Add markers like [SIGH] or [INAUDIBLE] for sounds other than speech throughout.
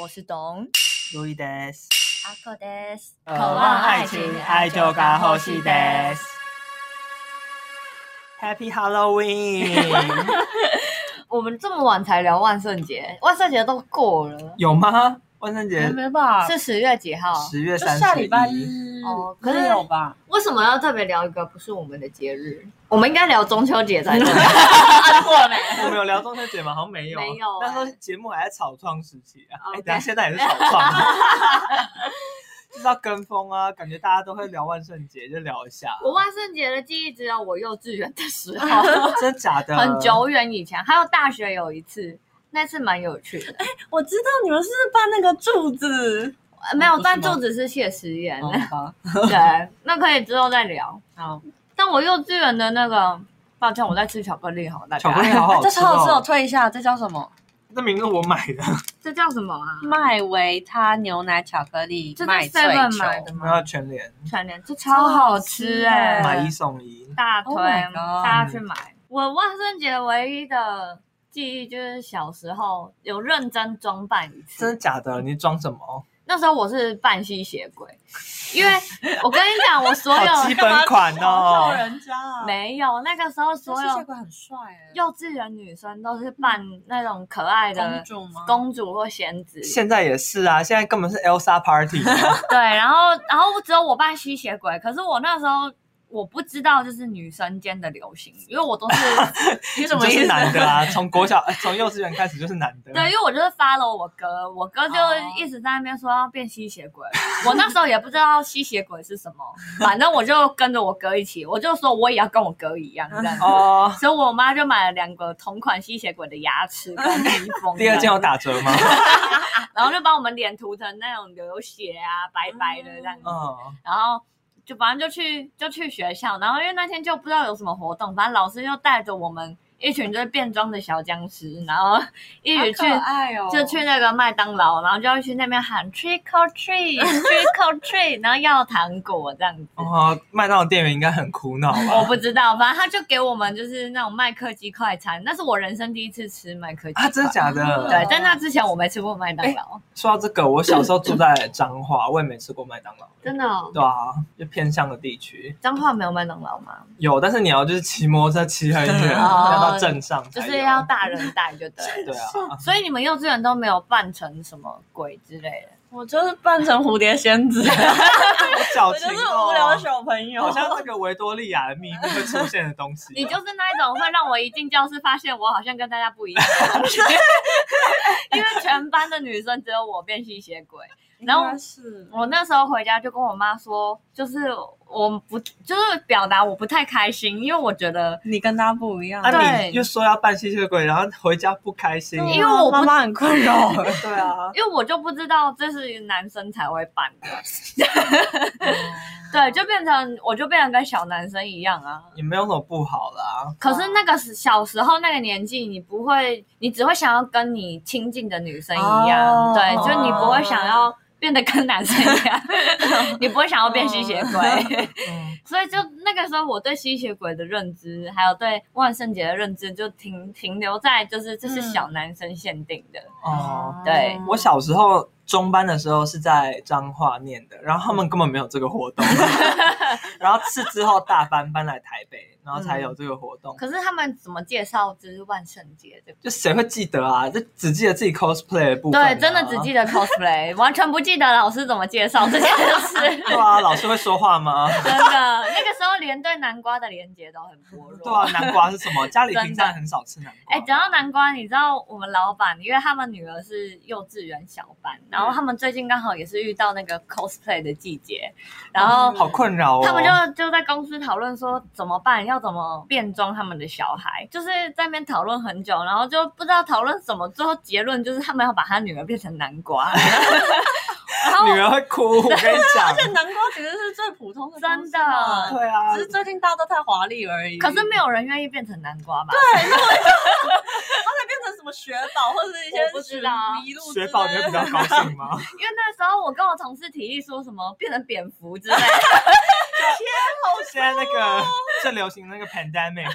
我是董路易德斯，阿克德斯，渴望爱情，爱就该呼吸德斯。Happy Halloween！我们这么晚才聊万圣节，万圣节都过了， [LAUGHS] 有吗？万圣还节没吧？是十月几号？十月就三十，下礼拜日哦可是有吧？为什么要特别聊一个不是我们的节日？我们应该聊中秋节才对。过了没？我们有聊中秋节吗？好像没有，没有那时候哎节目还在草创时期啊，哎、 OK 等一下现在也是草创，啊就是要跟风啊，感觉大家都会聊万圣节，就聊一下。 [LAUGHS] 我万圣节的记忆只有我幼稚园的时 [LAUGHS] 候，真的假的？很久远以前，还有大学有一次，那次蛮有趣的。我知道你们是办那个柱子，呃没有，不是但吗就只是谢实言。哦好吧， [LAUGHS] 对，那可以之后再聊。好，但我幼稚园的那个，抱歉，我在吃巧克力哈，大家。巧克力好好吃、哦，这超好吃，我推一下，这叫什么？这名字我买的， [LAUGHS] 这叫什么啊？麦维他牛奶巧克力这麦在脆 Seven 买球的，我要吗？全联全年这超好吃哎、超好买吃一嗯送一。大推 Oh my god 大家去买。我万圣节唯一的记忆就是小时候有认真装扮一真次的，假的？你装什么？那时候我是扮吸血鬼，因为我跟你讲，我所有好基本款嘲笑哦。人家啊， [LAUGHS] 没有那个时候这所吸血有鬼很帅哎，幼稚园女生都是扮那种可爱的公主吗？公主或仙子，现在也是啊，现在根本是 Elsa Party，啊 [LAUGHS] 对，然后然后只有我扮吸血鬼，可是我那时候我不知道就是女生间的流行，因为我都是你你就是男的啊，从国小、 [LAUGHS] 呃从幼稚园开始就是男的。啊对，因为我就是发了我哥，我哥就哦一直在那边说要变吸血鬼， [LAUGHS] 我那时候也不知道吸血鬼是什 [LAUGHS] 么，反正我就跟着我哥一起，我就说我也要跟我哥一样这样。 [LAUGHS] 哦，所以我妈就买了两个同款吸血鬼的牙齿跟蜜蜂， [LAUGHS] 第二件有，打折吗？然后就把我们脸涂成那种流血啊、白白的这样子。嗯，然后就反正就去就去学校，然后因为那天就不知道有什么活动，反正老师就带着我们一群就是变装的小僵尸，然后一起去好可爱哦，就去那个麦当劳，然后就要去那边喊 trick or [LAUGHS] treat，trick or treat，然后要糖果这样子。哦，麦当劳店员应该很苦恼我吧？不知道，反正他就给我们就是那种麦克鸡快餐，那是我人生第一次吃麦克鸡快。啊，真的假的？哎对，在那之前我没吃过麦当劳，说到这个，我小时候住在彰化，我也没吃过麦当劳。真的、哦。对啊，就偏向的地区彰化没有麦当劳吗？有，但是你要就是骑摩托车骑很远， [LAUGHS] 哦要到镇上才就有是要大人带，就对了。对 [LAUGHS] 啊，所以你们幼稚园都没有扮成什么鬼之类的，我就是扮成蝴蝶仙 [LAUGHS] 子，好矫我就情是哦，无聊的小朋友，好像那个维多利亚的秘密会出现的东哦西。你就是那一种会让我一进教室发现我好像跟大家不一样的 [LAUGHS] 同学，因为全班的女生只有我变吸血鬼。然后应该是我那时候回家就跟我妈说，就是我不就是表达我不太开心，因为我觉得你跟他不一样，啊，对你又说要扮吸血鬼，然后回家不开心，因为我不妈妈很困扰， [LAUGHS] 对啊，因为我就不知道这是男生才会扮的， [LAUGHS] 对，就变成我就变成跟小男生一样啊。也没有什么不好啦。可是那个时小时候那个年纪，你不会，你只会想要跟你亲近的女生一样，哦对，就你不会想要变得跟男生一样， [LAUGHS] 你不会想要变吸血鬼。 [LAUGHS] 嗯，所以就那个时候，我对吸血鬼的认知，还有对万圣节的认知，就停停留在就是这是小男生限定的。哦，对我小时候中班的时候是在彰化念的，然嗯后他们根本没有这个 [LAUGHS] 活动， [LAUGHS] 然后是之后大班搬来台北，然后才嗯有这个活动。可是他们怎么介绍这是万圣节这个？就谁会记得啊？就只记得自己 cosplay 的部分、啊对，真的 [LAUGHS] 只记得。得 cosplay，完全不记得老师怎么介绍这件 [LAUGHS] 事。对啊，老师会说话吗？ [LAUGHS] 真的，那个时候连对南瓜的连接都很薄弱。对啊，南瓜是什么？家里真的平常很少吃南瓜。哎，讲到南瓜，你知道我们老板，因为他们女儿是幼稚园小班，然后他们最近刚好也是遇到那个 cosplay 的季节，然后好困扰哦。他们就就在公司讨论说怎么办，要怎么变装他们的小孩，就是在那边讨论很久，然后就不知道讨论什么，最后结论就是他们要把他女儿变成南瓜，然后女儿会哭，我跟你讲。这南瓜其实是最普通的东西真的嘛，对啊只，是最近大家都太华丽而已。可是没有人愿意变成南瓜吧？它才变成什么雪宝或者是一我不些知道啊麋鹿之雪类的宝你会比较高兴吗？ [LAUGHS] 因为那时候我跟我同事提议说什么变成蝙蝠之类的。现在那个最流行那个 pandemic，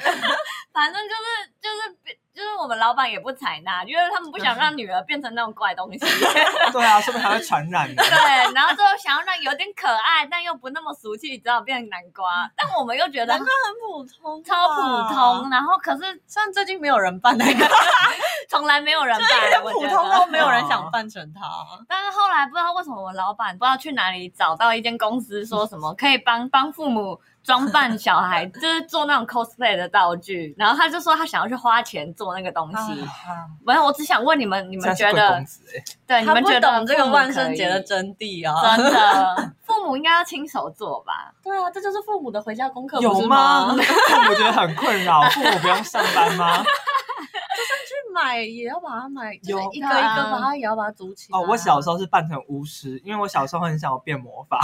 反正就是就就是变就是我们老板也不采纳，因为他们不想让女儿变成那种怪东西。对啊，说不定还会传染呢。对，然后最后想要让有点可爱，但又不那么俗气，只好变南瓜。但我们又觉得南瓜很普通，超普通，。然后可是像最近没有人办那个， [LAUGHS] 从来没有人就办，我普觉通到得。没有人啊想办成它。 [LAUGHS] 但是后来不知道为什么，我老板不知道去哪里找到一间公司，说什 [LAUGHS] 么可以帮帮父母装扮小孩， [LAUGHS] 就是做那种 cosplay 的道具。然后他就说他想要去花钱做那个东西。啊没有，我只想问你们，你你们觉得公子哎，对你他们不觉得懂这个父母万圣可以节的真谛啊！真的，父母应该要亲手做吧？对啊，这就是父母的回家功课，有不是吗？ [LAUGHS] 吗？ [LAUGHS] 我觉得很困扰，父母不用上班吗？去买也要把它买，就是有一个一个啊把它也要把它组起来。哦，我小时候是扮成巫师，因为我小时候很想要变魔法，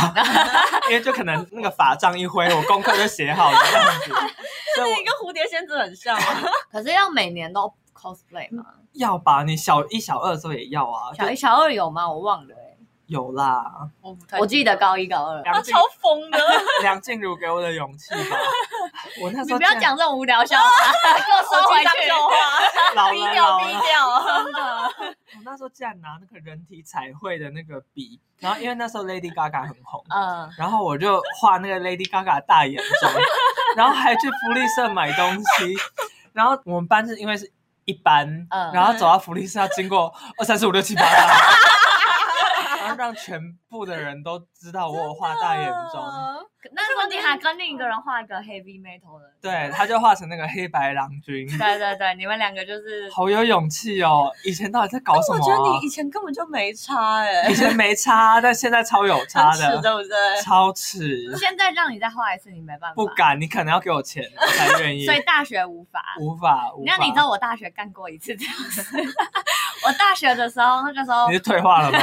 因为就可能那个法杖一挥，我功课就写好了这样子。所以我跟蝴蝶仙子很像啊，可是要每年都 cosplay 吗？要吧，你小一、小二的时候也要啊，小就一、小二有吗？我忘了欸有啦。我不 [LAUGHS] 我记得高一、高二。梁他静超疯的， [LAUGHS] 梁静茹给我的勇气吧，我那你时候不要竟然讲这种无聊笑 [LAUGHS] 话，给 [LAUGHS] 我收回去。话，老低了调老低了。调。哦 [LAUGHS] 真的，我那时候竟然拿那个人体彩绘的那个笔，然后因为那时候 Lady Gaga 很红， [LAUGHS] 嗯，然后我就画那个 Lady Gaga 的大眼妆，然后还去福利社买东西。然后我们班是因为是一班，嗯然后走到福利社要经过二三四五六七八班，然后让全部的人都知道我有画大眼妆。啊那时候你还跟另一个人画一个 heavy metal 的。对，他就画成那个黑白郎君，对对对，你们两个就是好有勇气哦！以前到底在搞什我哎么觉得啊、你以前根本就没差 [LAUGHS] 哎，以前没差，但现在超有差很耻的，对不对？超耻，现在让你再画一次，你没办法，不，敢。你可能要给我钱我才愿意所，以大学无法。无法无法。那你知道我大学干过一次这样子？ [LAUGHS] 我大学的时候，那个时候你是退化 [LAUGHS] 了吗？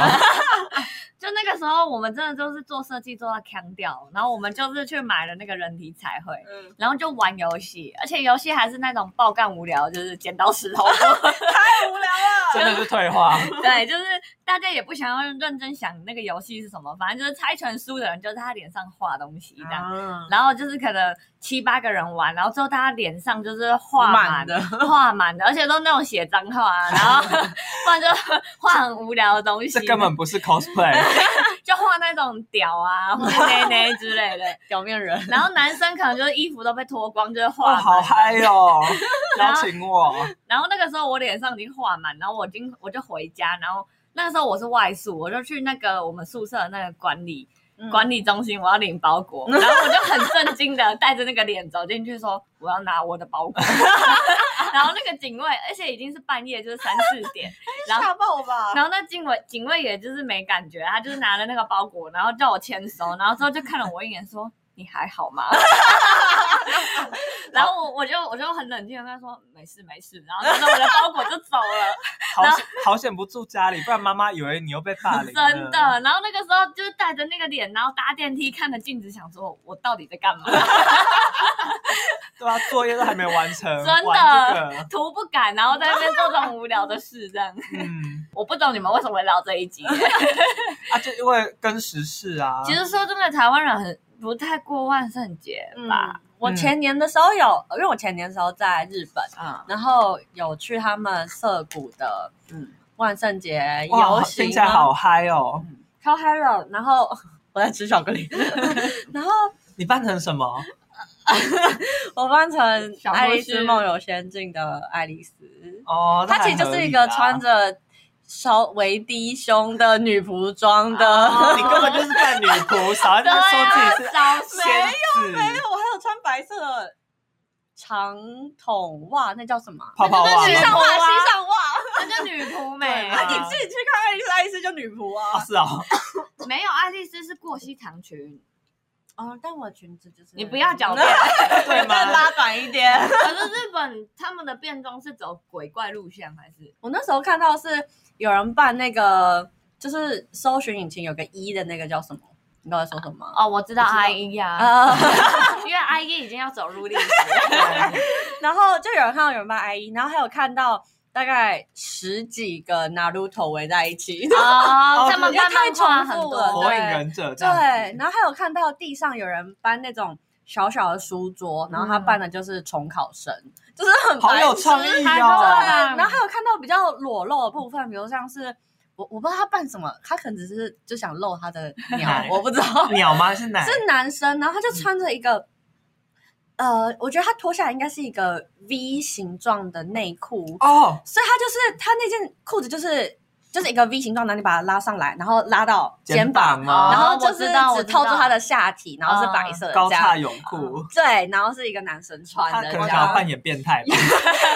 就那个时候，我们真的就是做设计做到腔调，然后我们就是去买了那个人体彩绘，嗯，然后就玩游戏，而且游戏还是那种爆干无聊，就是剪刀石头布。太无聊了。真的是退 [LAUGHS] 化。 [LAUGHS] 对，就是大家也不想要认真想那个游戏是什么，反正就是猜拳输的人就在他脸上画东西这样。啊然后就是可能七八个人玩，然后最后大家脸上就是画满满的画满的，而且都那种写脏话、 [LAUGHS] 啊，然后 [LAUGHS] 不然就画很无聊的东西，这根本不是 [LAUGHS] cosplay，就画那种屌啊或者奶奶之类的。表面人，然后男生可能就是衣服都被脱光，就是画哇，满好嗨哦！邀 [LAUGHS] 然后请我，然后那个时候我脸上已经画满，然后我已经我就回家，然后那个时候我是外宿，我就去那个我们宿舍的那个管理、管理中心，我要领包裹，然后我就很震惊的带着那个脸走进去说我要拿我的包裹， [LAUGHS] 然后那个警卫，而且已经是半夜就是三四点，然后。吓爆吧！然后那警卫警卫也就是没感觉，他就是拿了那个包裹，然后叫我签收，然后之后就看了我一眼说：“你还好吗？” [LAUGHS] 然后我我就我就很冷静的跟他说：“没事没事。”然后拿着我的包裹就走了，好险好险不住家里，不然妈妈以为你又被霸凌。真的。，然后那个时候就是带着那个脸，然后搭电梯看着镜子，想说我到底在干嘛？ [LAUGHS] 对啊，作业都还没完成， [LAUGHS] 真的玩这个图不敢，然后在那边做这种无聊的事，这样。 [LAUGHS] 嗯，我不懂你们为什么会聊这一集。啊，就因为跟时事啊，其实说真的，台湾人很不太过万圣节吧。嗯吧，嗯我前年的时候有，因为我前年的时候在日本，啊，然后有去他们涩谷的嗯，万圣节哇游，行，听起来好，嗨哦！超嗨了。然后我在吃巧克力， [LAUGHS] 然后你扮成什么？我扮成《小爱丽护丝士梦游仙境》的爱丽丝，哦，那她其实还就合是一理个啦穿，着稍微低胸的女仆装的。哦 [LAUGHS] 你根本就是扮女仆，少在对嗯那边啊说自己，是少仙谁？ [LAUGHS] 啊没子有，我还有穿白色的长筒袜，那叫什么啊？泡泡袜那吗，就西是上袜，女仆啊西上袜。那就女仆对美。啊你自己去看爱丽丝，爱丽丝就女仆哦啊。是哦，没有，爱丽丝是过膝长裙，哦，但我裙子就是你不要 [LAUGHS] 狡辩。对吗？再拉短一点。 [LAUGHS] 可是日本他们的变装是走鬼怪路线还是？ [LAUGHS] 我那时候看到是有人办那个，就是搜寻引擎有个一的那个叫什么？你刚才说什么？哦，我知道我知道 IE 呀，啊， [LAUGHS] 因为 IE 已经要走入历史了。 [LAUGHS] 然后就有人看到有人办 I E，然后还有看到大概十几个 Naruto 围在一起，哦，他们因为慢太慢画重很复多了火对影忍者这对，样子然后还有看到地上有人搬那种小小的书桌，然后他嗯办的就是重考生，就是很好有白痴啊创意还哦。棒然后还有看到比较裸露的部分，比如像是我我不知道他扮什么，他可能只是就想露 [LAUGHS] 他的鸟奶，我不知 [LAUGHS] 道鸟吗？是奶？是男生，然后嗯他就穿着一个、呃，我觉得他脱下来应该是一个 V 形状的内裤，哦，所以他就是他那件裤子就是就是一个 V 形状，然后你把它拉上来，然后拉到肩膀，膀吗？嗯然后哦就我是知道我只知透出道他的下体，然后是白色的高这样叉。泳裤，对，然后是一个男生穿他的，可这能想要样扮演变态 [LAUGHS] 吧。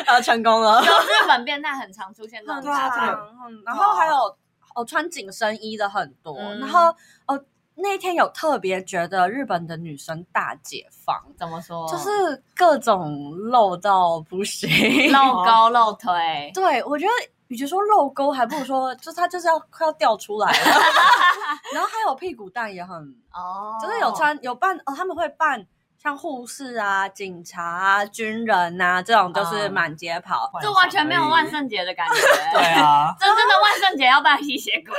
呃成功了。有日本变态很常出现这很种对啊场这个景，长，嗯然后还有哦穿紧身衣的很多，嗯然后哦那天有特别觉得日本的女生大解放，怎么说？就是各种露到不行，，露高露腿对我觉得。与其说露沟，还不如 [LAUGHS] 说，就是它就是要快要掉出来了。 [LAUGHS] 然后还有屁股蛋也很，哦就是有穿有扮哦，他们会扮像护士啊、警察啊、军人啊这种，就是嗯满街跑。这完全没有万。圣节的感觉。对，啊，真正的万圣节要扮吸血鬼，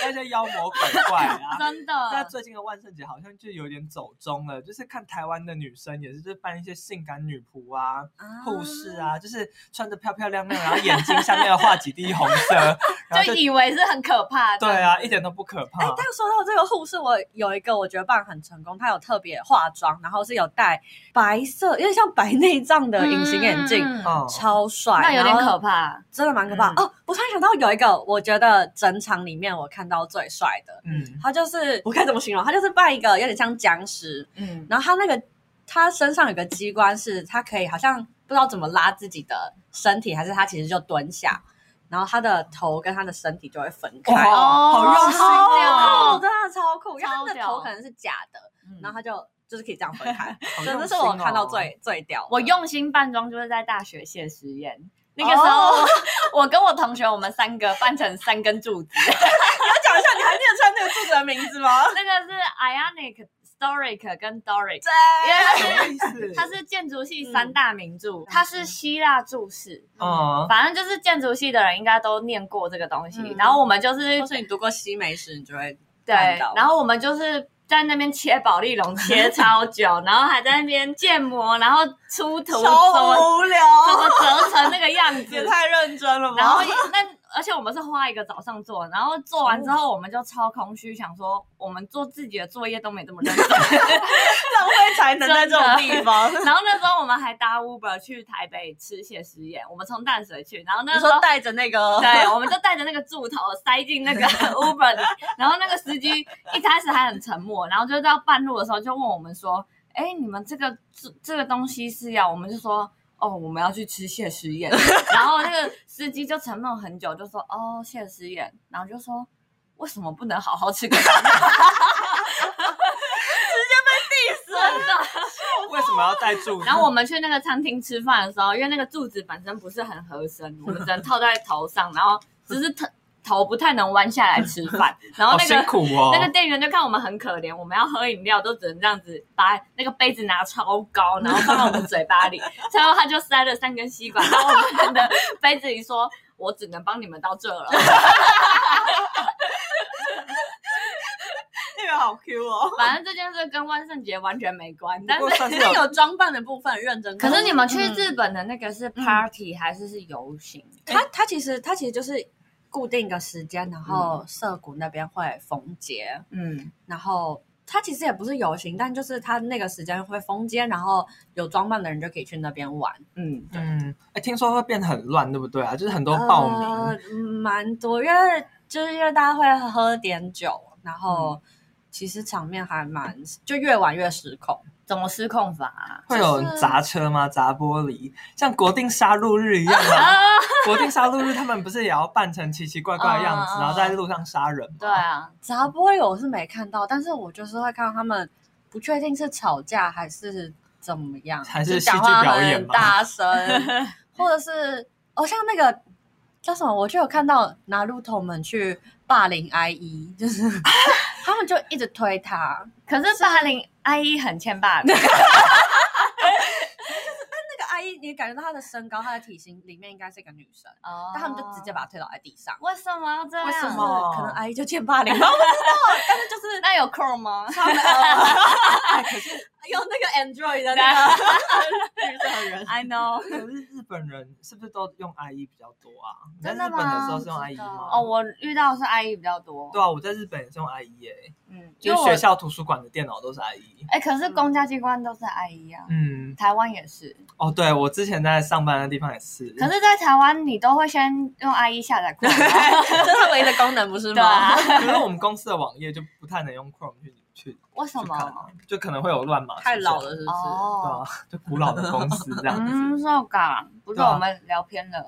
那些妖魔鬼怪啊。真但的。最近的万圣节好像就有点走中了，就是看台湾的女生也是，就是扮一些性感女仆啊、护士啊，就是穿着漂漂亮亮，然后眼睛下面要画几滴红色，然后就就以为是很可怕的，对啊，一点都不可哎、怕。但说到这个护士，我有一个我觉得扮很成功，她有特别化妆，然后是有戴白色，有点像白内障的嗯隐形眼镜，嗯哦，超帅，那有点可然后怕。真的蛮可怕、嗯哦。我突然想到有一个，我觉得整场里面我看到最帅的，嗯，他就是我该怎么形容？他就是扮一个有点像僵尸，嗯，然后他那个他身上有个机关是，他可以好像不知道怎么拉自己的身体，还是他其实就蹲下，然后他的头跟他的身体就会分开。哇哦好用心超酷，哦，真的超酷，因为他超的屌头可能是假的，嗯然后他就就是可以这样分 [LAUGHS] 开，好真用的是心我哦看到最最屌的。我用心扮装就是在大学谢师哦宴。那个时候，我跟我同学，我们三个扮成三根柱 [LAUGHS] 子，你要讲一下，你还念得出来那个柱子的名字 [LAUGHS] 吗？那个是 Ionic、Storic 跟 Doric，因哎对，为什么意 [LAUGHS] 思？它是它是建筑系三大名嗯著，它是希腊注释，哦，反正就是建筑系的人应该都念过这个东西。嗯然后我们就是或是你读过西美史，你就会对看到，然后我们就是在那边切保利龙切超久，然后还在那边建模，然后出图怎么无聊，怎么折成那个样哦 [LAUGHS] 也子，太认真了吧？然后那而且我们是花一个早上做，然后做完之后我们就超空虚，想说我们做自己的作业都没这么认 [LAUGHS] 真。浪费才能在这种地 [LAUGHS] 方。然后那时候我们还搭 Uber 去台北吃谢师宴，我们从淡水去，然后那你时候说带着那个，对，我们就带着那个柱头塞进那个 Uber 里，然后那个司机一开始还很沉默，然后就到半路的时候就问我们说：“哎，你们这个这这个东西是要？”我们就说。哦，我们要去吃谢师宴，然后那个司机就沉默很久，就说：“哦，谢师宴。”然后就说：“为什么不能好好吃个饭？” [LAUGHS] 直接被 diss 了。为什么要带住？ [LAUGHS] 然后我们去那个餐厅吃饭的时候，因为那个柱子本身不是很合身，我们只 [LAUGHS] 能套在头上，然后只是头头不太能弯下来吃 [LAUGHS] 饭。然后好那辛个苦哦，那个店员就看我们很可怜，我们要喝饮料都只能这样子把那个杯子拿超高，然后放到我们嘴巴 [LAUGHS] 里。最后他就塞了三根吸管到我们的杯子里，说：“我只能帮你们到这了。”那个好 Q 哦。反正这件事跟万圣节完全没关，但不是过算是那有有装扮的部分认真看，可是你们去嗯日本的那个是 party 还是是游行？他他其实他其实就是固定一个时间，然后涩谷那边会封街，嗯，然后他其实也不是游行，但就是他那个时间会封街，然后有装扮的人就可以去那边玩。嗯，嗯，哎，听说会变得很乱，对不对啊？就是很多报名，呃蛮多，因为就是因为大家会喝点酒，然后其实场面还蛮就越玩越失控。怎么失控法啊、会有就是砸车吗？砸玻璃，像国定杀戮日一样啊！ [LAUGHS] 啊，国定杀戮日他们不是也要扮成奇奇怪怪的样嗯子，嗯然后在路上杀人吗？对啊，砸玻璃我是没看到，但是我就是会看到他们不确定是吵架还是怎么样，还是就讲戏剧话表演很吧大声， [LAUGHS] 或者是哦像那个叫什么，我就有看到拿路头们去霸凌 IE，就是 [LAUGHS] 他们就一直推他，可是霸凌阿姨很欠霸凌，那个 IE 你也感觉到她的身高、她的体型里面应该是一个女生，哦但他们就直接把她推倒在地上。为什么要这样？为什么就是可能阿姨就见霸凌吧，我不知道。但是就是那有空吗？哎可是用那个 Android [LAUGHS] 的 [LAUGHS] 那个绿色人， I know。可是日本人是不是都用 IE 比较多啊？你在真日的本的时吗候是用不 IE 知道吗？哦，我遇到的是 IE 比较多，对啊，我在日本也是用 IE 耶，嗯，因就为是我学校图书馆的电脑都是 IE。哎，可是公家机关都是 IE 啊，嗯，台湾也是。哦，对，我之前在上班的地方也是。可是，在台湾你都会先用 IE 下载 Chrome， [LAUGHS] 这是它唯一的功能，不是对吗啊？ [LAUGHS] 可 [LAUGHS] 是我们公司的网页就不太能用 Chrome 去去去为什看么？啊，就可能会有乱码出现。 [LAUGHS] 太老了，是不是？对哦，啊，就古老的公司这样子。嗯，受感，不是对啊我们聊偏了，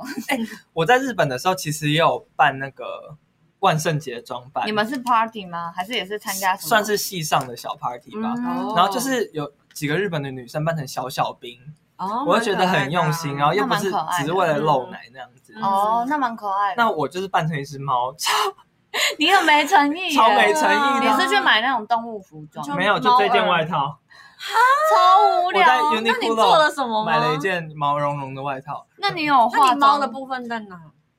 我在日本的时候，其实也有办那个万圣节装扮，你们是 party 吗？还是也是参加什么？算是系上的小 party 吧。嗯然后就是有几个日本的女生扮成小小兵，哦我就觉得很用心，然后又不是啊那蛮可爱的只是为了露奶那样子。嗯哦，那蛮可爱的。那我就是扮成一只猫，你很没诚意耶，超没诚意你的是去买那种动物服装就？没有就这件外套，超无我在聊。那你做 Uniqlo 了什么吗？买了一件毛茸茸的外套哦那你有那化你猫妆的部分在哪？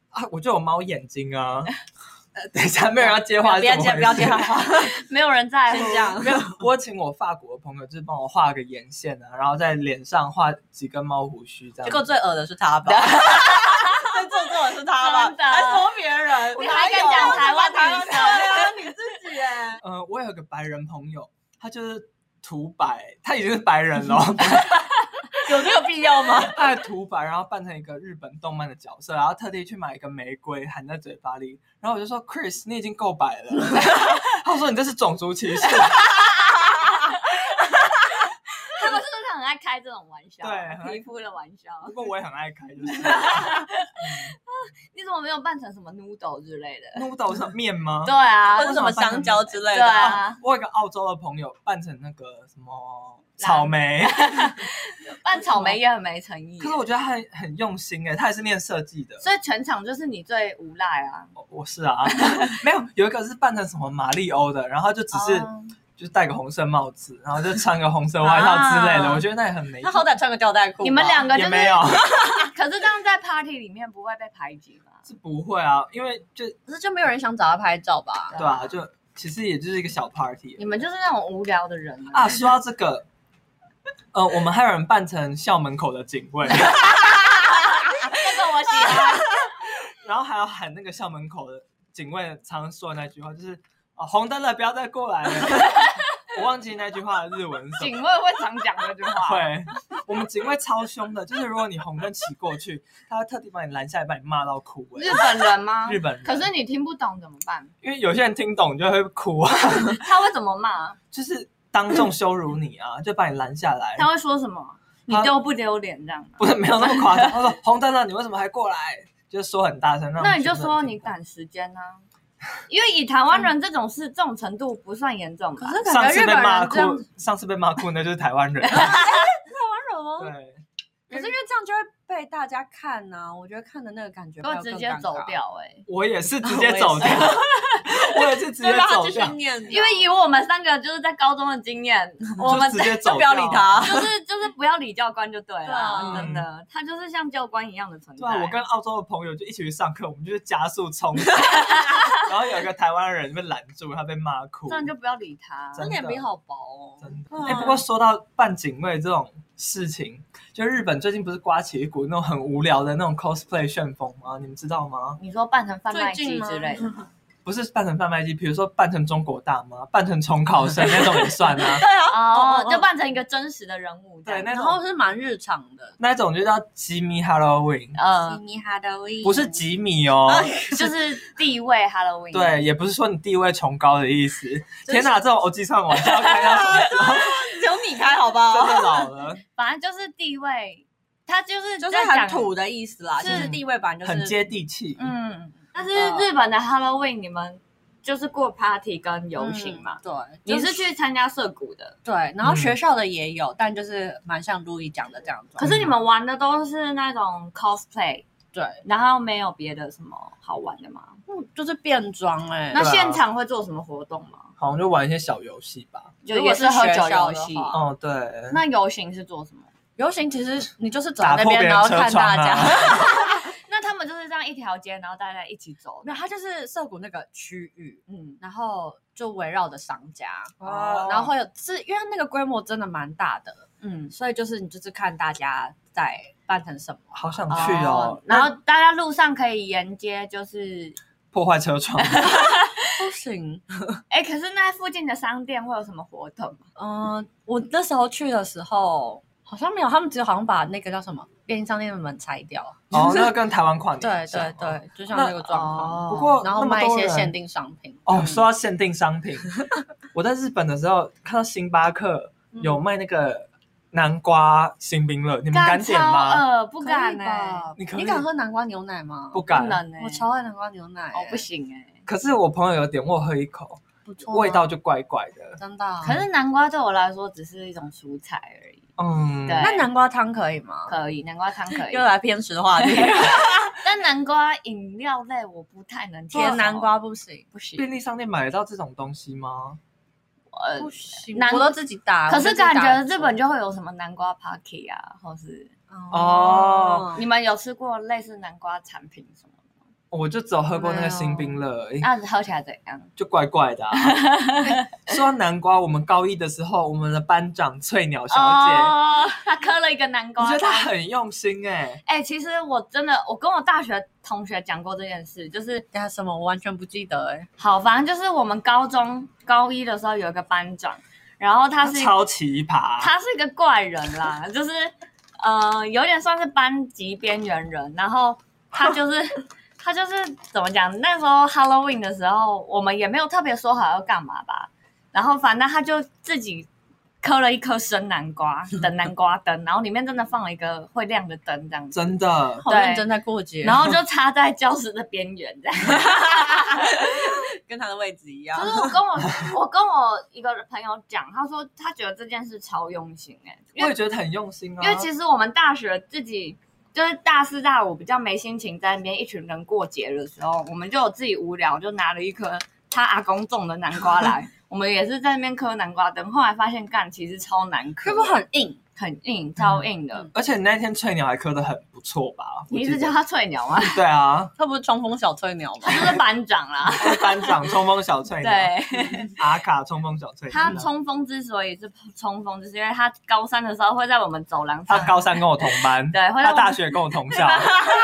啊，我就有猫眼睛 [LAUGHS] 啊。呃等一下，没有人要接话，不要是接，怎么回事不要接他话， [LAUGHS] 没有人在乎先这样。没有，我请我法国的朋友，就是帮我画个眼线啊，然后在脸上画几根猫胡须这样。结果最恶的是他 [LAUGHS] 吧？最做作的是他吧真？的还说别人，你哪还敢有讲台湾台湾女对生啊，你自己哎。呃，我有个白人朋友，他就是涂白，他已经是白 [LAUGHS] 人了，有这个必要 [LAUGHS] 吗？他还涂白，然后扮成一个日本动漫的角色，然后特地去买一个玫瑰含在嘴巴里，然后我就说，Chris，你已经够白 [LAUGHS] 了。他说你这是种族歧视，他们是不是很爱开这种玩笑？对很爱皮肤的玩笑。不过我也很爱开，就是你怎么没有扮成什么 noodle 之类的？ noodle 是面吗？对啊或，者什么香蕉之类对的啊？啊，我有个澳洲的朋友扮成那个什么草莓，扮草莓也很没诚意。可是我觉得他很很用心哎、他也是念设计的。所以全场就是你最无赖啊。我我 [LAUGHS] 是啊，没有有一个是扮成什么马里欧的，然后就只是、哦就戴个红色帽子，然后就穿个红色外套之类的，啊我觉得那也很没。他好歹穿个吊带裤吧。你们两个就也是，没 [LAUGHS] 有，啊可是这样在 party 里面不会被排挤吗？是不会啊，因为就可是就没有人想找他拍照吧？对啊，就其实也就是一个小 party 你们就是那种无聊的人啊。说到这个，呃，我们还有人扮成校门口的警卫， [LAUGHS] 这个我喜欢。然后还要喊那个校门口的警卫常常说的那句话，就是哦红灯了，不要再过来了。 [LAUGHS] 我忘记那句话的日文是什么警。卫会常讲这句话。会，我们警卫超凶的，就是如果你红灯骑过去， [LAUGHS] 他会特地把你拦下来，把你骂到哭、欸。日本人吗？日本人，可是你听不懂怎么办？因为有些人听懂就会哭啊， [LAUGHS] [LAUGHS] 他会怎么骂？就是当众羞辱你啊，就把你拦下来。他会说什么？你他丢不丢脸这样吗？不是没有那么夸张，他说红灯了，你为什么还过来？就说很大声，让那你就学生说听你到。赶时间呢、因为以台湾人这种事，这种程度不算严重吧？可是上感觉次日被本骂人哭这样，上次被骂哭那就是台湾 [LAUGHS] 人。温柔吗？对，可是因为这样就会被大家看呐、我觉得看的那个感觉都会直接走，掉哎、我也是直 [LAUGHS] 我接也走是掉， [LAUGHS] 我也是直接对吧？他走继续掉，念， [LAUGHS] 因为以我们三个就是在高中的经验，我们就直接就走不要理掉。他。就是就是不要理教官就对对了，啊真的，他就是像教官一样的存在。对啊，我跟澳洲的朋友就一起去上课，我们就是加速 [LAUGHS] 冲刺，然后有一个台湾人被拦住，他被骂哭。这样就不啊要理他。真的脸皮好薄哦，真的哎、不过说到扮警卫这种事情，就日本最近不是刮起一股那种很无聊的那种 cosplay 旋风吗？你们知道吗？你说扮成贩卖最机近吗之类的吗，不是扮成贩卖机，比如说扮成中国大妈、扮成重考生那种也算 [LAUGHS] 啊。哦哦，哦就扮成一个真实的人物这样。对那然种后是蛮日常的。那种就叫吉米 Halloween， [LAUGHS] 呃，你哈的威嗯不是 [LAUGHS] 吉米哦。就是地位 Halloween。对，也不是说你地位崇高的 [LAUGHS] 意思。天哪，这种欧吉上玩笑开到什么时候？只有你开，好不好？真的老了。反正就是地位，他就是就是在讲很土的意思啦，是就是地位版就是很接地气。嗯，嗯，但是日本的 Halloween 你们就是过 party 跟游行嘛？嗯对，你就是去参加社谷的，对，然后嗯学校的也有，但就是蛮像路易讲的这样子。可是你们玩的都是那种 cosplay，对，然后没有别的什么好玩的吗？嗯就是变装哎，那对啊现场会做什么活动吗？好像就玩一些小游戏吧。就如果也是喝学酒校游的戏。话哦，对，那游行是做什么？游行其实你就是走在打那破别边，人然后车看窗大啊家。 [LAUGHS] 那他们就是这样一条街，然后大家一起走没。有，它就是涩谷那个区域，嗯，然后就围绕着商家，哦然后会有是因为它那个规模真的蛮大的，嗯，所以就是你就是看大家在办成什么。好想去哦。然后大家路上可以沿街，就是破坏车 [LAUGHS] 窗，不行，哎，可是那附近的商店会有什么活动吗？嗯、我那时候去的时候好像没有，他们只有好像把那个叫什么便利商店的门拆掉。哦，那个跟台湾跨年对很像对哦对，就像那个状况。不过然后那么卖一多些人限定商品。嗯哦，说到限定商 [LAUGHS] 品，我在日本的时候看到星巴克嗯有卖那个南瓜新冰乐，你们敢点吗？超饿，不不敢哎，呢？你可以你敢喝南瓜牛奶吗？不不敢。能哎，我超爱南瓜牛奶、欸哦不，行哎。可是我朋友有点，我有喝一口，不错啊，味道就怪怪的。真的啊。哦可是南瓜对我来说只是一种蔬菜而已，嗯，对那南瓜汤可以吗？可以南瓜汤可以又，来偏食 [LAUGHS] 话题，但南瓜饮料类我不太能接受啊甜南瓜不行，不行，便利商店买得到这种东西吗？呃，不行南我都自己打。可是感我都觉自己打日本就会有什么南瓜 pocky 啊，或是哦你们有吃过类似南瓜产品什么的吗？我就只有喝过那没个有新冰乐，诶那喝起来怎样？就怪怪 [LAUGHS] 的、啊。诶说到南瓜，我们高一的时候，我们的班长翠鸟小姐，哦，她磕了一个南我瓜觉得她汤。很用心哎、哎、其实我真的，我跟我大学同学讲过这件事，就是等下什么我完全不记得哎、好，反正就是我们高中高一的时候有一个班长，然后他她是超奇葩，他是一个怪人啦，就是呃，有点算是班级边缘人。然后他就是他就是怎么讲？那时候 Halloween 的时候，我们也没有特别说好要干嘛吧。然后反正他就自己磕了一颗生南瓜的南瓜灯，然后里面真的放了一个会亮的灯这样 [LAUGHS] 子，真的。好认真在过节，然后就插在教室的边缘这样。跟他的位置一样就是我跟我我跟我一个朋友讲，他说他觉得这件事超用心哎、因我为也觉得很用心啊，因为其实我们大学自己就是大四大五比较没心情在那边一群人过节的时候，我们就有自己无聊，就拿了一颗他阿公种的南瓜来，我们也是在那边磕南瓜灯。后来发现干其实超难磕，是不是很硬？很硬，超硬的。而且那天翠鸟还磕的很不错吧？嗯我你一记直得叫他翠鸟吗？ [LAUGHS] 对啊，他不是冲锋小翠鸟吗 [LAUGHS] 他？就是班长啦。班长冲锋小翠 [LAUGHS] 鸟，对阿卡冲锋小翠鸟，他冲锋之所以是冲锋，就是因为他高三的时候会在我们走廊他上，高三跟我同班，对会让他我大学跟我同校， [LAUGHS]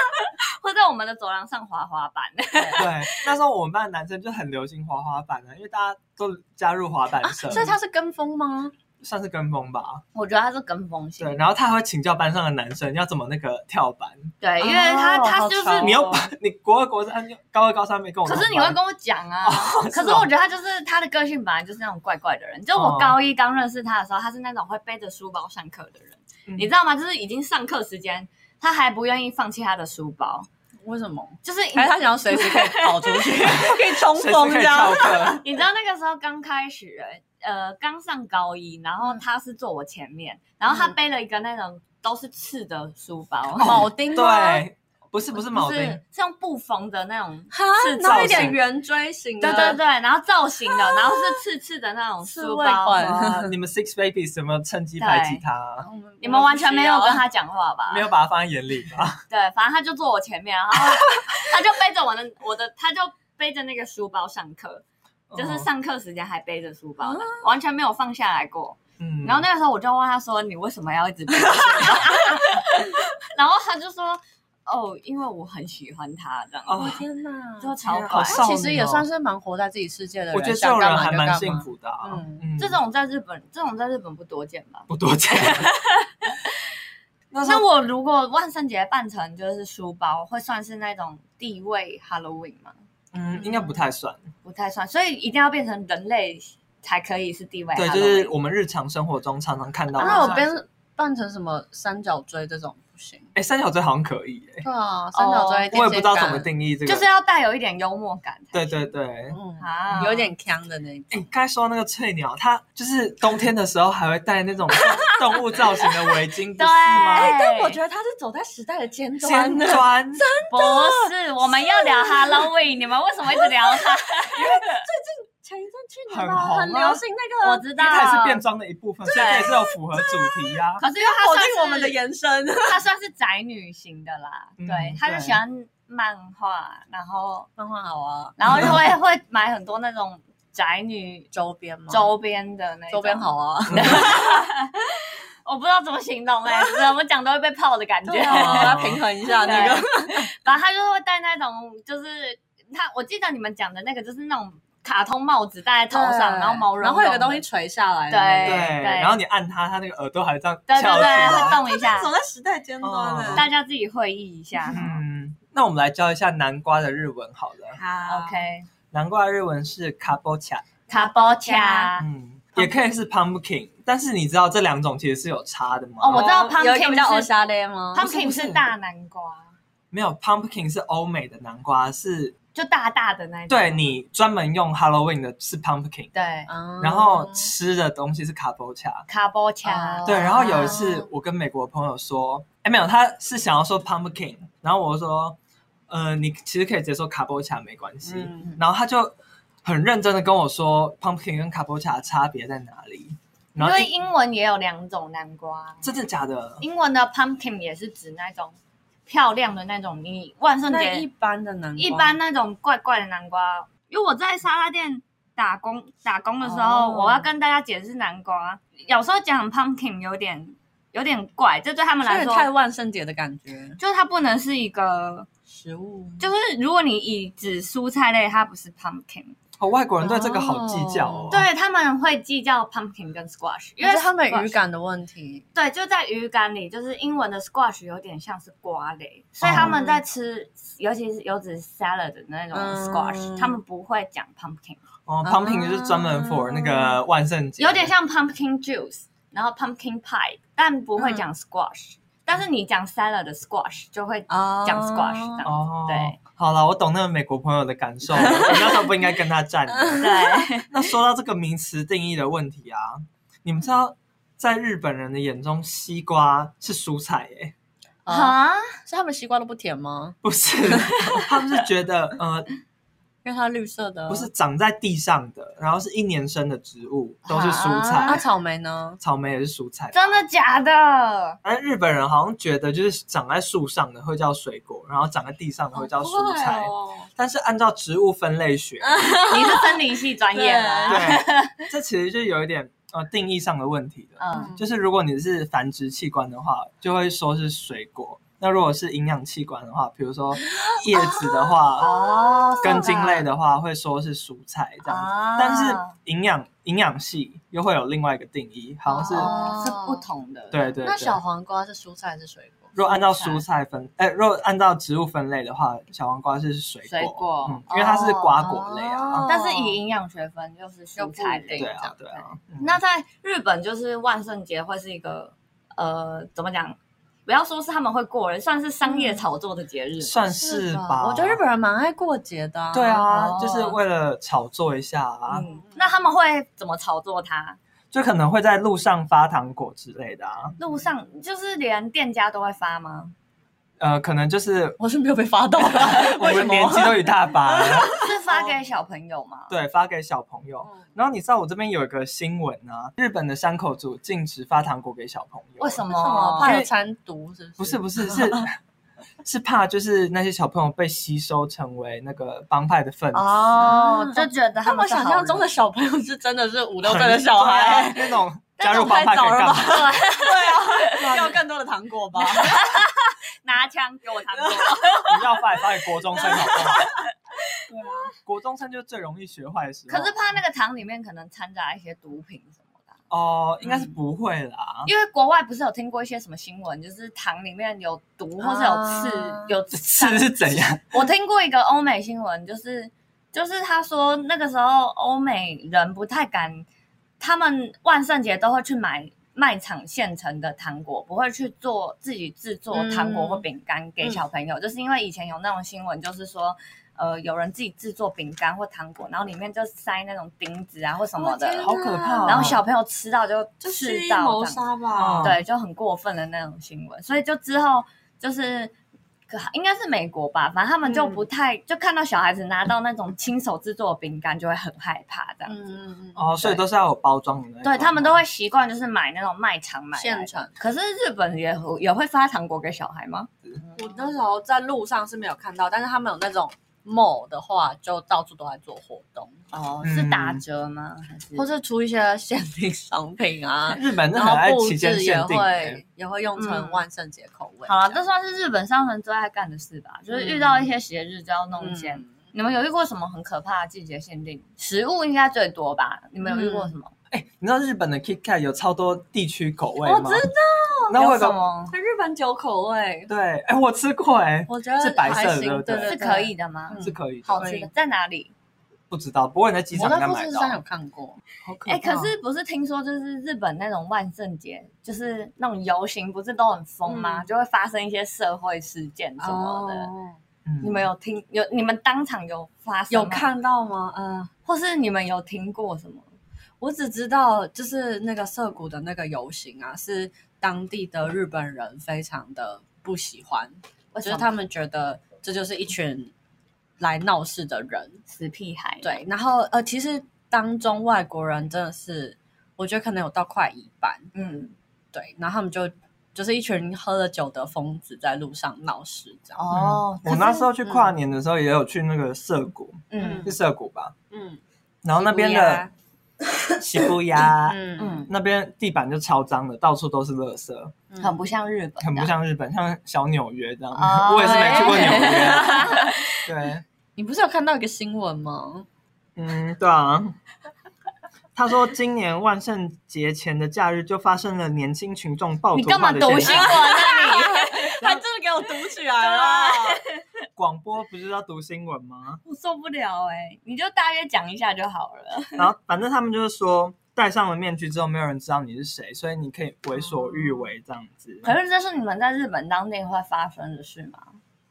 会在我们的走廊上滑滑板。 [LAUGHS] 对，那时候我们班的男生就很流行滑滑板啊，因为大家都加入滑板啊社，所以他是跟风吗？算是跟风吧。我觉得他是跟风型对，，然后他还会请教班上的男生要怎么那个跳板。对，因为他哦他好就是潮哦你又把 [LAUGHS] 你国二、国三、高二、高三没跟我可同班，是你会跟我讲啊，可是是哦我觉得他就是他的个性本来就是那种怪怪的人。就我哦高一刚认识他的时候，他是那种会背着书包上课的人，嗯你知道吗？就是已经上课时间，他还不愿意放弃他的书包，为什么？就是你还是他想要随时可以跑出 [LAUGHS] 去，可以冲谁是可以翘？课？你知道那个时候刚开始，呃，刚上高一，然后他是坐我前面，然后他嗯哦背了一个那种都是刺的书包，[LAUGHS] [LAUGHS] 铆钉吗？哦对，不是不是铆不是钉，是用布缝的那种哈，是然后一造点型圆锥形的，对对对，然后造型的，然后是刺刺的那种刺书猬包 [LAUGHS] 款。哇啊你们 Six Babies 有没有趁机排挤他？我们你们完全没有我们跟不需要他讲话吧？没有。把他放在眼里吧？对，反正他就坐我前面，然后他就背着我的我的，他就背着那个书包上课， [LAUGHS] 哦嗯就是上课时间还背着书包的，完全没有放下来过。嗯然后那个时候我就问他说：“你为什么要一直背着书包？” [LAUGHS] 然后他就说：“哦，因为我很喜欢他这样。”哦哦， [LAUGHS] 天哪，就超天啊怪好。他少其女实也哦算是蛮活在自己世界的人，我觉得这想种干人嘛还就蛮干幸嘛。福的啊。嗯嗯这种在日本，这种在日本不多见吧？不 [LAUGHS] 多见。那时那候我如果万圣节扮成就是书包，会算是那种地位 Halloween 吗？嗯，应该不太算。不太算，所以一定要变成人类才可以是地位 Halloween。对，就是我们日常生活中常常看到的。那啊我变扮成什么三角锥这种不行。哎，三角锥好像可以耶，对啊，三角锥、我也不知道怎么，定义这个。就是要带有一点幽默感才对行。对对。嗯，啊有点强的那一哎，种。你刚才说到那个翠鸟，它就是冬天的时候还会戴那种 [LAUGHS] 动物造型的围巾，不是对吗？哎但我觉得他是走在时代的尖尖 [LAUGHS] 端，不 [LAUGHS] 是，我们要聊 Halloween，你们为什么一直聊它？前一阵去年很吧红啊很流行那个，我知因道为它也是变装的一部分，所以它也是有符合主题啊呀、可是因为要她否算定是我们的延伸。她算是宅女型的啦，嗯对，她就对喜欢漫画，然后漫画好啊，然后就 [LAUGHS] 会会买很多那种宅女周边吗？周边的那种周边，好啊，我不知道怎么形容哎、就是我讲都会被泡的感觉。[LAUGHS] 对啊，要平衡一下那个。然后他就是会戴那种，就是他，我记得你们讲的那个，就是那种卡通帽子戴在头上，对然后毛茸茸的，然后有个东西垂下来的对那对，个。对然后你按它，它那个耳朵还这样对翘对对，起来会。动一下走，在时代尖端哦呢。大家自己会意一下。嗯，那我们来教一下南瓜的日文好了。好 OK，南瓜的日文是 k a b o c h a 卡波恰。嗯，也可以是 pumpkin，但是你知道这两种其实是有差的吗？哦我知道 pumpkin 有一个叫是欧沙勒吗？他不是 pumpkin 不是是大南瓜，没有 pumpkin 是欧美的南瓜，是就大大的那一种。对你专门用 Halloween 的是 pumpkin，对，嗯然后吃的东西是 k a b o c h a 卡波恰哦。对，然后有一次我跟美国朋友说，哎，没有，他是想要说 pumpkin，然后我说，呃，你其实可以直接说 k a b o c h a 没关系，嗯然后他就很认真的跟我说 pumpkin 跟 k a b o c h a 差别在哪里，因然后为英文也有两种南瓜，真的假的？英文的 pumpkin 也是指那种漂亮的那种，你万圣那节一般的南瓜，一般那种怪怪的南瓜，因为我在沙拉店打工打工的时候，哦我要跟大家解释南瓜，有时候讲 pumpkin 有点有点怪，这对他们有来点说，太万圣节的感觉。就是它不能是一个，食物就是如果你以指蔬菜类，它不是 pumpkin，哦，外国人对这个好计较哦。哦对他们会计较 pumpkin 跟 squash，因因为为他们 squash- 语感的问题，对，就在语感里，就是英文的 squash 有点像是瓜类，所以他们在吃，尤其是有指 salad 的那种嗯 squash，、他们不会讲 pumpkin，哦，pumpkin 就是专门 for 那个万圣节，啊有点像 pumpkin juice，然后 pumpkin pie，但不会讲 squash，、但是你讲 salad 的 squash 就会哦讲 squash 这样子，哦。对，好了，我懂那个美国朋友的感受了，我那时候不应该跟 [LAUGHS] 他站的。对，那说到这个名词定义的问题啊，你们知道在日本人的眼中，西瓜是蔬菜耶、啊，啊，是他们西瓜都不甜吗？不是，他们是觉得呃，因为它绿色的，不是长在地上的，然后是一年生的植物，都是蔬那菜，啊草莓呢？草莓也是蔬菜。真的假的？而日本人好像觉得，就是长在树上的会叫水果，然后长在地上的会叫蔬菜。哦但是按照植物分类学，你是生理系专业吗？对，这其实就有一点呃定义上的问题了。嗯，就是如果你是繁殖器官的话，就会说是水果；那如果是营养器官的话，比如说哦叶子的话、哦，根茎类的话，会说是蔬菜这样子。哦啊，但是营养营养系又会有另外一个定义，好像是、哦是不同的，对对那对。小黄瓜是蔬菜还是水果？若按照蔬菜分，哎、若按照植物分类的话，小黄瓜是水果，水果嗯，因为它是瓜果类啊。哦但是以营养学分就是蔬菜又不一类定对啊，对啊。嗯那在日本，就是万圣节会是一个呃，怎么讲？不要说是他们会过人，算是商嗯业炒作的节日。算是吧。我觉得日本人蛮爱过节的、啊。对啊，哦就是为了炒作一下啊，嗯，那他们会怎么炒作它？就可能会在路上发糖果之类的啊。路上就是连店家都会发吗？呃，可能就是，我是没有被发到的 [LAUGHS] 我们 [LAUGHS] 年纪都一大把了， [LAUGHS] 是发哦给小朋友吗？对，发给小朋嗯友。然后你知道我这边有一个新闻啊，日本的山口组禁止发糖果给小朋友，为什为么？什么怕因有为餐毒？是不不是是？不是是是怕就是那些小朋友被吸收成为那个帮派的分子，哦，就觉得他们是好想人象中的小朋友是真的是五六岁很啊的小孩，对啊那种加那入种帮太派可早以了干吧 [LAUGHS] 嘛？？[LAUGHS] 对啊，要更多的糖果吧。拿枪给我糖 [LAUGHS] 果，你要发也发给国中生好不好？对啊，国中生就最容易学坏的时候。可是怕那个糖里面可能掺杂一些毒品什么的啊。哦，应该是不会啦。因为国外不是有听过一些什么新闻，就是糖里面有毒或是有刺、啊有是是怎样？我听过一个欧美新闻，就是就是他说那个时候欧美人不太敢，他们万圣节都会去买卖场现成的糖果，不会去做自己制作糖果嗯或饼干给小朋友，就是因为以前有那种新闻，就是说。呃，有人自己制作饼干或糖果，然后里面就塞那种钉子啊或什么的，天哪好可怕啊哦然后小朋友吃到就就吃蓄意到谋这样杀吧。对，就很过分的那种新闻，所以就之后就是可应该是美国吧，反正他们就嗯不太、就看到小孩子拿到那种亲手制作的饼干就会很害怕这样。嗯嗯嗯，哦，所以都是要有包装的那种对他们都会习惯就是买那种卖场买来的现成。可是日本也也会发糖果给小孩吗？我那时候在路上是没有看到，但是他们有那种 mall 的话，就到处都在做活动，哦，嗯是打折吗？还是或是出一些限定商品啊 [LAUGHS] 。日本是然很爱后布期间置也限定、欸，会也会用成嗯万圣节口味。好了，这算是日本商人最爱干的事吧，就是遇到一些节日就要弄一些。嗯你们有遇过什么很可怕的季节限定？食物应该最多吧？你们有遇过什么？哎、你知道日本的 Kit Kat 有超多地区口味我吗？知道。那我哦有有什个么日本酒口味，对，哎、我吃过哎、我觉得是白色的还行对不对对对是可以的吗？嗯是可以的，好吃的在哪里？不知道。不过你在机我场应在该富买士到。山有看过，好可哎、怕可是不是听说就是日本那种万圣节，就是那种游行，不是都很疯吗？就会发生一些社会事件什么的。哦嗯你们有听有你们当场有发生有吗，看到吗？嗯，或是你们有听过什么？我只知道就是那个涩谷的那个游行啊，是当地的日本人非常的不喜欢，我就是他们觉得这就是一群来闹事的人。死屁孩，对，然后呃，其实当中外国人真的是，我觉得可能有到快一半。嗯，对，然后他们就就是一群喝了酒的疯子在路上闹事这样。哦，嗯我那时候去跨年的时候也有去那个涩谷，嗯是涩谷吧？嗯，然哦后那边的喜布亚，嗯嗯嗯，那边地板就超脏的，到处都是垃圾，嗯很不像日本，啊很不。像日本，像小纽约这样。嗯哦我也是没去过纽 [LAUGHS] 约。对，你不是有看到一个新闻吗？嗯，对啊。他说，今年万圣节前的假日就发生了年轻群众暴你徒干嘛化的读现新象闻。啊你？ [LAUGHS] 他真的给我读起来了。广播不是要读新闻吗？我受不了哎、你就大约讲一下就好了。然后反正他们就是说，戴上了面具之后，没有人知道你是谁，所以你可以为哦所欲为这样子。可是这是你们在日本当地会发生的事吗？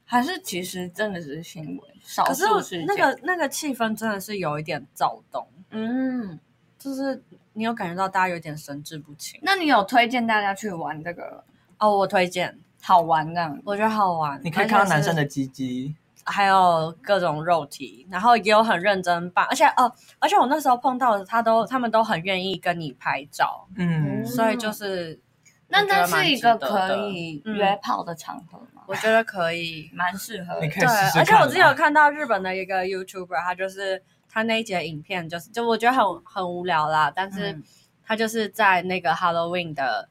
还是其实真的只是新闻？少可是数事件。那，个那个气氛真的是有一点躁动，嗯，就是你有感觉到大家有点神志不清那你有推荐大家去玩这个哦。我推荐，好玩这样？我觉得好玩，你可以看到男生的。的鸡鸡，还有各种肉体，然后也有很认真办，而且哦，而且我那时候碰到的，他都他们都很愿意跟你拍照，嗯，嗯所以就是那我觉那得蛮是一值个得可的，以嗯约炮的场合吗？我觉得可以，蛮适合你的。 [LAUGHS] 可以对试试看。啊而且我之前有，看到日本的一个 YouTuber，他就是他那一节影片，就是就我觉得很很无聊啦，但是嗯他就是在那个 Halloween 的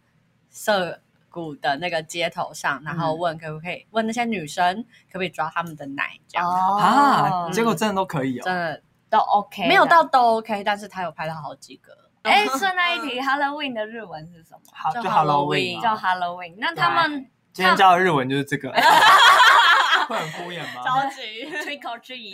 涩谷的那个街头上，然嗯后问可不可以、问那些女生可不可以抓他们的奶，这样、哦啊，嗯结果真的都可以哦。真的都 OK，的没有。到都 OK，但是他有拍到好几个。 [LAUGHS] 哎，顺带一提，Halloween 的日文是什么？好，就就 Halloween， Halloween 叫啊 Halloween。那他们今天教的日文就 [LAUGHS] 是这个，会很敷衍吗？哦急 trick or treat，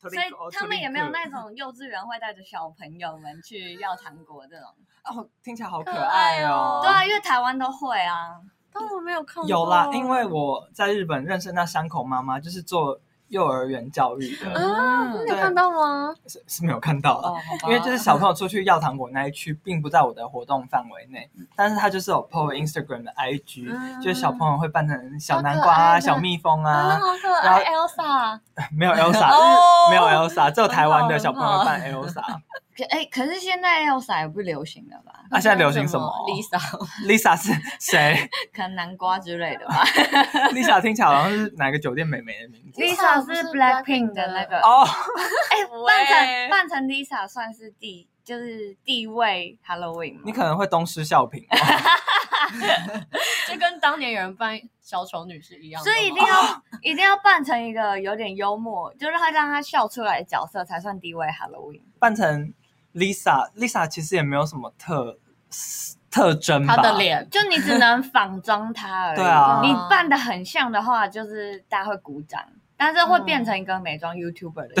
所 [LAUGHS] 以他们也没有那种幼稚园会带着小朋友们去要糖果这种。哦，听起来好可可爱爱哦哦。对啊，因为台湾都会啊。但我没有看过。有啦，因为我在日本认识那山口妈妈，就是做幼儿园教育的，嗯你有看到吗？是是没有看到啊。啊哦，好吧因为就是小朋友出去要糖果那一区，并不在我的活动范围内，但是他就是有 PO Instagram 的 IG，、嗯就是小朋友会扮成小南好瓜可啊、爱的小蜜蜂啊，好可然后，Elsa。没有 Elsa，、哎哦没有 Elsa，只有台湾的很好小朋友扮 Elsa。啊可哎，可是现在 Elsa 也不流行了吧？ [LAUGHS] 那、现在流行什么 [LAUGHS] ？Lisa， ？Lisa 是谁可能南瓜之类的 [LAUGHS] 吧。 ？Lisa 听起来好像是哪个酒店美眉的名字 Lisa 不是是 Blackpink Blackpink 的那个。哦。哎，扮成喂扮成 Lisa 算是第就是地位 Halloween 吗你可能会东施效颦，就跟当年有人扮小丑女是一样的所吗，以一定要、 [LAUGHS] 一定要扮成一个有点幽默，就让他让他笑出来的角色才算低位 Halloween。扮成 Lisa。Lisa 其实也没有什么特特征吧，她的脸，就你只能仿妆他而已。 [LAUGHS] 对啊你扮的很像的话，就是大家会鼓掌，但是会变成一个美妆 YouTuber 的。 [LAUGHS]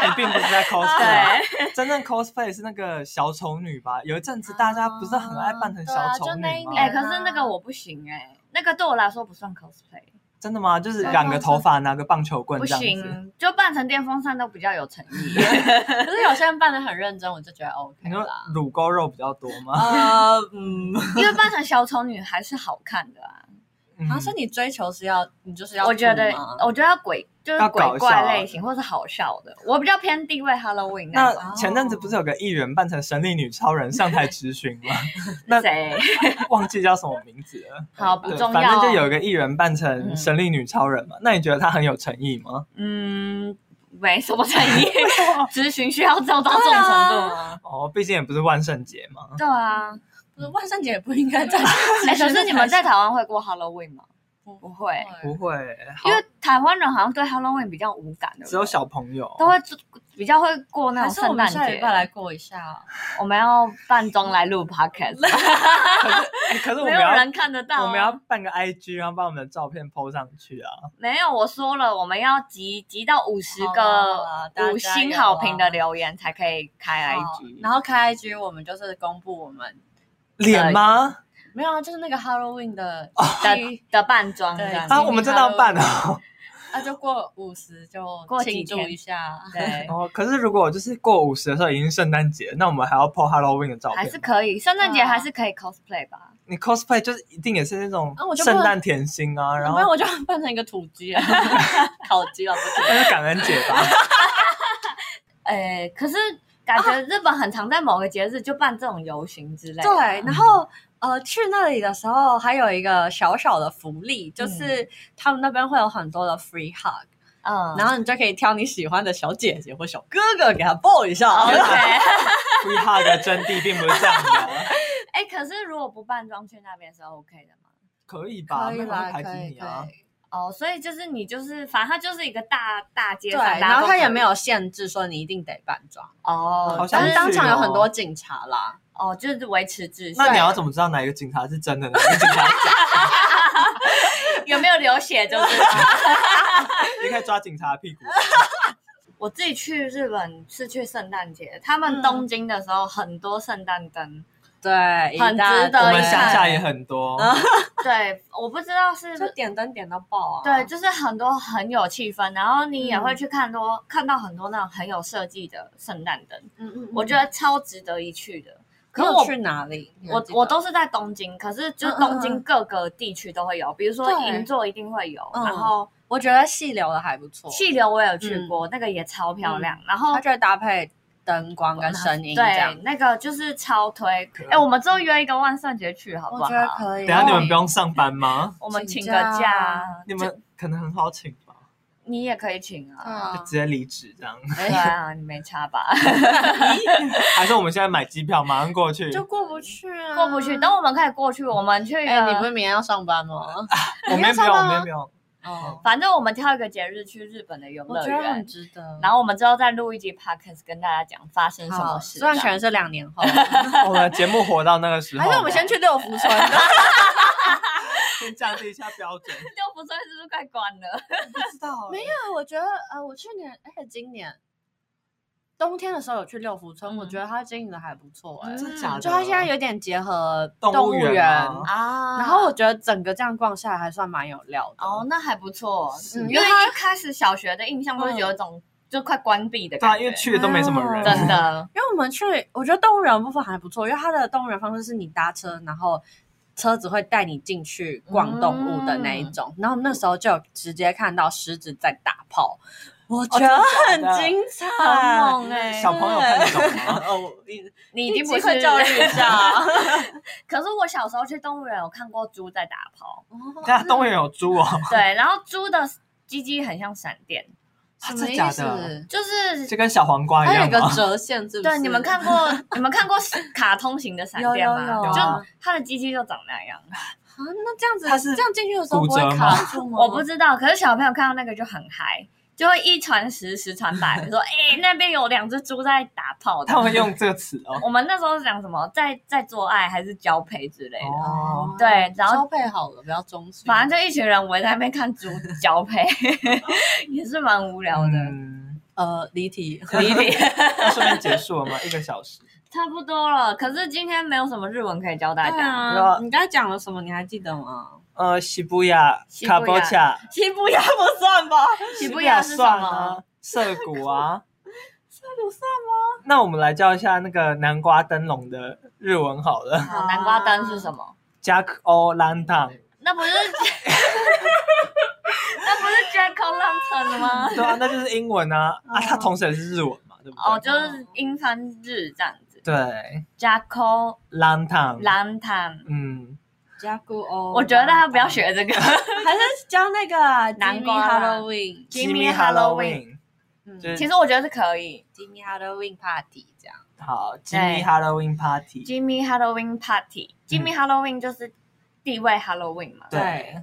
哎、并不是 [LAUGHS] 在 cosplay，对，真正 cosplay 是那个小丑女吧？有一阵子大家不是很爱哦扮成小丑啊对啊就那女一吗？哎、年可是那个我不行哎、那个对我来说不算 cosplay，真的吗？就是染个头发，拿个棒球啊棍不这样子。行，就扮成电风扇都比较有诚 [LAUGHS] 意。可是有些人扮的很认真，我就觉得 OK 你啊说啦。乳沟肉比较多吗？呃嗯，因为扮成小丑女还是好看的啊。嗯啊，所以你追求是要你就是要我觉得哦吐吗，我觉得要鬼就是要鬼搞笑怪啊类型，或是好笑的。我比较偏地位 Halloween 啊那种。那前阵子不是有个议员扮成神力女超人上台质询 [LAUGHS] 吗？那谁？忘记叫什么名字了。好不对重反正要就有一个议员扮成神力女超人嘛。那你觉得她很有诚意吗？嗯，没什么诚 [LAUGHS] 意。 [LAUGHS] 咨询需要做到哦这种程度吗？哦，毕竟也不是万圣节嘛。对啊。不是万圣节也不应该在哎，可是你们 [LAUGHS] 在台湾会过 Halloween 吗？不会，不会，好因为台湾人好像对 Halloween 比较无感的，只有小朋友。都会比较会过那还种是我圣们诞下礼节。拜来过一下，啊我们要扮装来录 podcast，可是，哎可是我 [LAUGHS] 没们有要人看得到啊。我们要办个 IG，然后把我们的照片 PO 上去啊！没有，我说了，我们要集集到五十好啊好啊个大家五星好评的留言才可以开 IG。然后开 IG 我们就是公布我们脸吗？没有啊，就是那个 Halloween 哦的的的扮装这样子对啊，我们真的要办哦。 [LAUGHS] 那就过五十就过几庆祝天一下，啊 [LAUGHS] 对哦，可是如果就是过五十的时候已经圣诞节，那我们还要 PO Halloween 的照片吗？还是可以，圣诞节对啊还是可以 cosplay 吧。你 cosplay 就是一定也是那种啊我就不圣诞甜心啊，然不然后我就扮成一个土鸡 [LAUGHS] 啊，烤鸡了，不那是感恩节吧？诶，可是感觉日本很常在某个节日就办这种游行之类的。啊对，然后呃，去那里的时候还有一个小小的福利，就是他们那边会有很多的 free hug，、嗯，然后你就可以挑你喜欢的小姐姐或小哥哥给他抱一下。 [LAUGHS] 哦 OK， free hug 的真谛并不是这样的，啊哎，可是如果不扮装去那边是 OK 的吗？可以吧？可以那个啦，会可排以，挤你啊可。以哦，所以就是你就是，反正它就是一个大大街对，上，大家然后都他可以也没有限制说你一定得扮装，哦好，但像就是是当场有哦很多警察啦。哦，就是维持秩序。那你要怎么知道哪一个警察是真的，哪一个警察是假的？有没有流血 [LAUGHS] 就是道。你可以抓警察的 [LAUGHS] 屁股。我自己去日本是去圣诞节，他嗯们东京的时候很多圣诞灯，对，很一大值得我一们看乡下也很多，哦对，我不知道是就点灯点到爆啊！对，就是很多很有气氛，然后你嗯也会去看多、看到很多那种很有设计的圣诞灯，嗯，嗯嗯，我觉得超值得一去的。可你是有我去哪里？你还我记得我都是在东京，可是就是东嗯嗯京嗯各个地区都会有，比如说对银座一定会有，嗯然后我觉得细流的还不错，细流我有去过，那个也超漂亮，然后嗯它就会搭配灯光跟声音这样对，。那个就是超推。哎、爱我们之后约一个万圣节去好不好？可以等一下你们不，用上班吗？我们请个请假假，啊你们可能很好请吧，你也可以请嗯啊。哦就直接离职这 [LAUGHS] 样。对啊，你没差吧？还是我们现在买机票马上过去？就过不去啊，过不去，等我们可以过去，我们去呃一个。哎，你不是明天要上班 [LAUGHS] 吗？我们也没上有，我班们吗也没有。 [LAUGHS] 哦，反正我们挑一个节日去日本的游我乐觉得很园。值得。然后我们之后再录一集 podcast 跟大家讲发生什么好，事。虽然这可样能是 [LAUGHS] 两年后，我们的节目活到那个时候，还是我们先去六福 [LAUGHS] 村。先降低一下标准。六福村是不是快关了？不知道欸，没有，我觉得呃，我去年哎，今年冬天的时候有去六福村，嗯我觉得它经营的还不错哎，嗯真的假的？就它现在有点结合动动物物园园吗啊然后我觉得整个这样逛下来还算蛮有料的。哦，那还不错，是嗯因因为为一开始小学的印象都是嗯有一种就快关闭的对感啊，觉，因为去的都没什么人，哦真的。因为我们去，我觉得动物园的部分还不错，因为它的动物园方式是你搭车，然后车子会带你进去逛动物的那一种。然后我们那时候就有直接看到狮子在打炮，我觉得真很的假的精彩。很 [LAUGHS] 猛哎、小朋友看得懂 [LAUGHS] 吗？哦，你你你已经不机会是教育一 [LAUGHS] 下。可是我小时候去动物园，有看过猪在打炮，哦对啊，动物园有猪哦，对，然后猪的鸡鸡很像闪电，啊什真么的意假的？思？就是就跟小黄瓜一它有样啊一个吗？折线，是不是？对你们看过你们看过卡通型的闪电吗？有有有就它的鸡鸡就长那样，啊？那这样子，它是这样进去的时候不骨折会吗卡住吗？我不知道。可是小朋友看到那个就很嗨，就会一传十，十传百， [LAUGHS] 说哎、那边有两只猪在打炮的他。们用这个词 [LAUGHS] 哦。我们那时候讲什么，在在做爱还是交配之类的，哦，对然后交配好了，不要中性。反正就一群人围在那边看猪交 [LAUGHS] 配，也是蛮无聊的。嗯，呃，离题，理 [LAUGHS] 理那顺便结束了吗？一个小时，差不多了，可是今天没有什么日文可以教大家。对啊你刚才讲了什么？你还记得吗？呃，西布亚、西卡布波亚恰，西不亚不算吧？西布布亚亚是什算么啊？，涩谷啊。不算那我们来教一下那个南瓜灯笼的日文好了，啊好南瓜灯是什么？加克欧兰 n 那那 [LAUGHS] 不是那不是 Jack Lantern 吗？对啊，那就是英文啊，啊，它同时也是日文嘛，对不对？哦，就是英翻日这样子。对 Jack ，lantern， Lantern，嗯，加固哦，我觉得他不要学 [LAUGHS] 这个。还是教那个啊南 Jimmy 瓜啦 Jimmy Halloween，Jimmy Halloween Halloween，嗯就是其实我觉得是可以。 Jimmy Halloween Party 这样。好，Jimmy Halloween party， Jimmy Halloween Party，Jimmy Halloween 就是地位 Halloween 嘛。嗯对。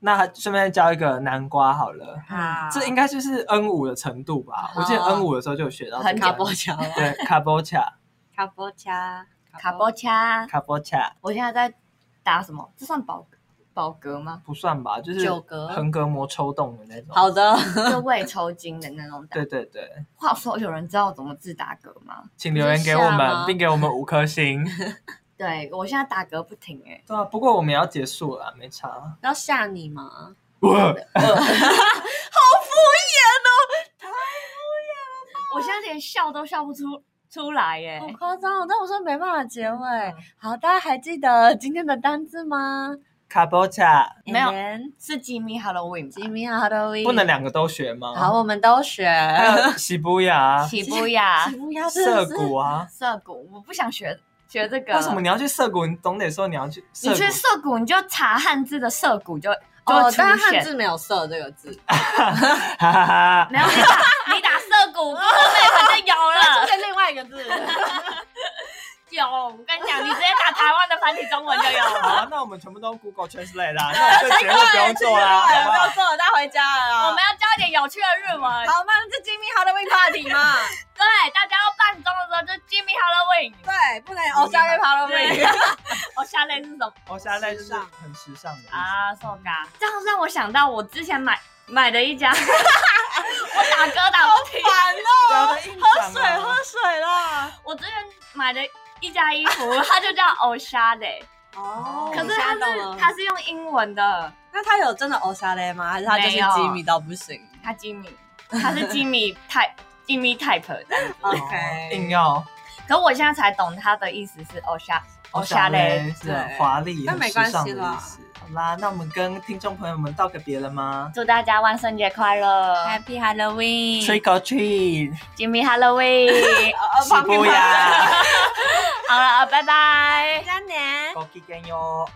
那顺便教一个南瓜好了，啊嗯这应该就是 N 五的程度吧？我记得哦 N 五的时候就有学到这很个卡波乔，对，卡波恰，卡波恰，啊卡波恰，卡波恰我现在在打什么？这算饱饱嗝 [LAUGHS] 吗？不算吧，就是九格横膈膜抽动的那种。好的，就胃抽筋的那种打。对对对，话说，有人知道怎么治打嗝吗？请留言给我不是下吗们，并给我们五颗星。 [LAUGHS] 对我现在打嗝不停哎、对啊，不过我们也要结束了啊，没差。要吓你吗？我现在连笑都笑不出出来欸耶、好夸张哦！但我说没办法结尾。嗯好，大家还记得今天的单字吗？卡波恰没有 And then，是 Jimmy Halloween 吧吉米哈德威不能两个都学吗？好，，我们都学。还有喜布 [LAUGHS] 雅、起步呀吉，米哈涩谷哦啊。涩谷，我不想学学这个。啊为什么你要去涩谷？你总得说你要去涩你谷去。涩谷，你就查汉字的涩谷就就哦会，出但是汉现。字没有“色”这 [LAUGHS] 个字，哈哈哈。没有你打你打涩谷，不会就有了。现另外一 [LAUGHS] 个字。啊有，我跟你讲，你直接打台湾的繁体中 [LAUGHS] 文就有好了。啊，那我们全部都 Google Translate [LAUGHS] 啦，那我们这节目不用做啦，啊哎好不不要好？做了，大家回家 [LAUGHS] 了。哦我们要教一点有趣的日文。好，那这吉米哈德威 [LAUGHS] party 嘛，对，大家要扮装的时候就 Jimmy Halloween。对，不能偶像日 party。 [LAUGHS] 我下类是什么我现在就是很时尚的意思。啊？瘦嘎，这样让我想到我之前买买的 [LAUGHS] 一家，我打嗝打不停。烦哦，对啊，在硬喝讲水啊喝水啦。我之前买的一家衣服，它就叫 o s h a l 哦可是它是它是用英文的，那他有真的欧沙雷吗？还是他就是没有吉米到不行它 Jimmy，它是 Jimmy type Jimmy type 的。硬要可我现在才懂它的意思是哦下哦下嘞，是很华丽、但很没时关系尚的啦意思。好啦，那我们跟听众朋友们道个别了吗祝大家万圣节快乐？Happy Halloween！ ？Trick or treat， ，Jimmy [LAUGHS] Halloween，呃喜不，呀，好了，拜拜再。见。 [LAUGHS] ごきげんよう。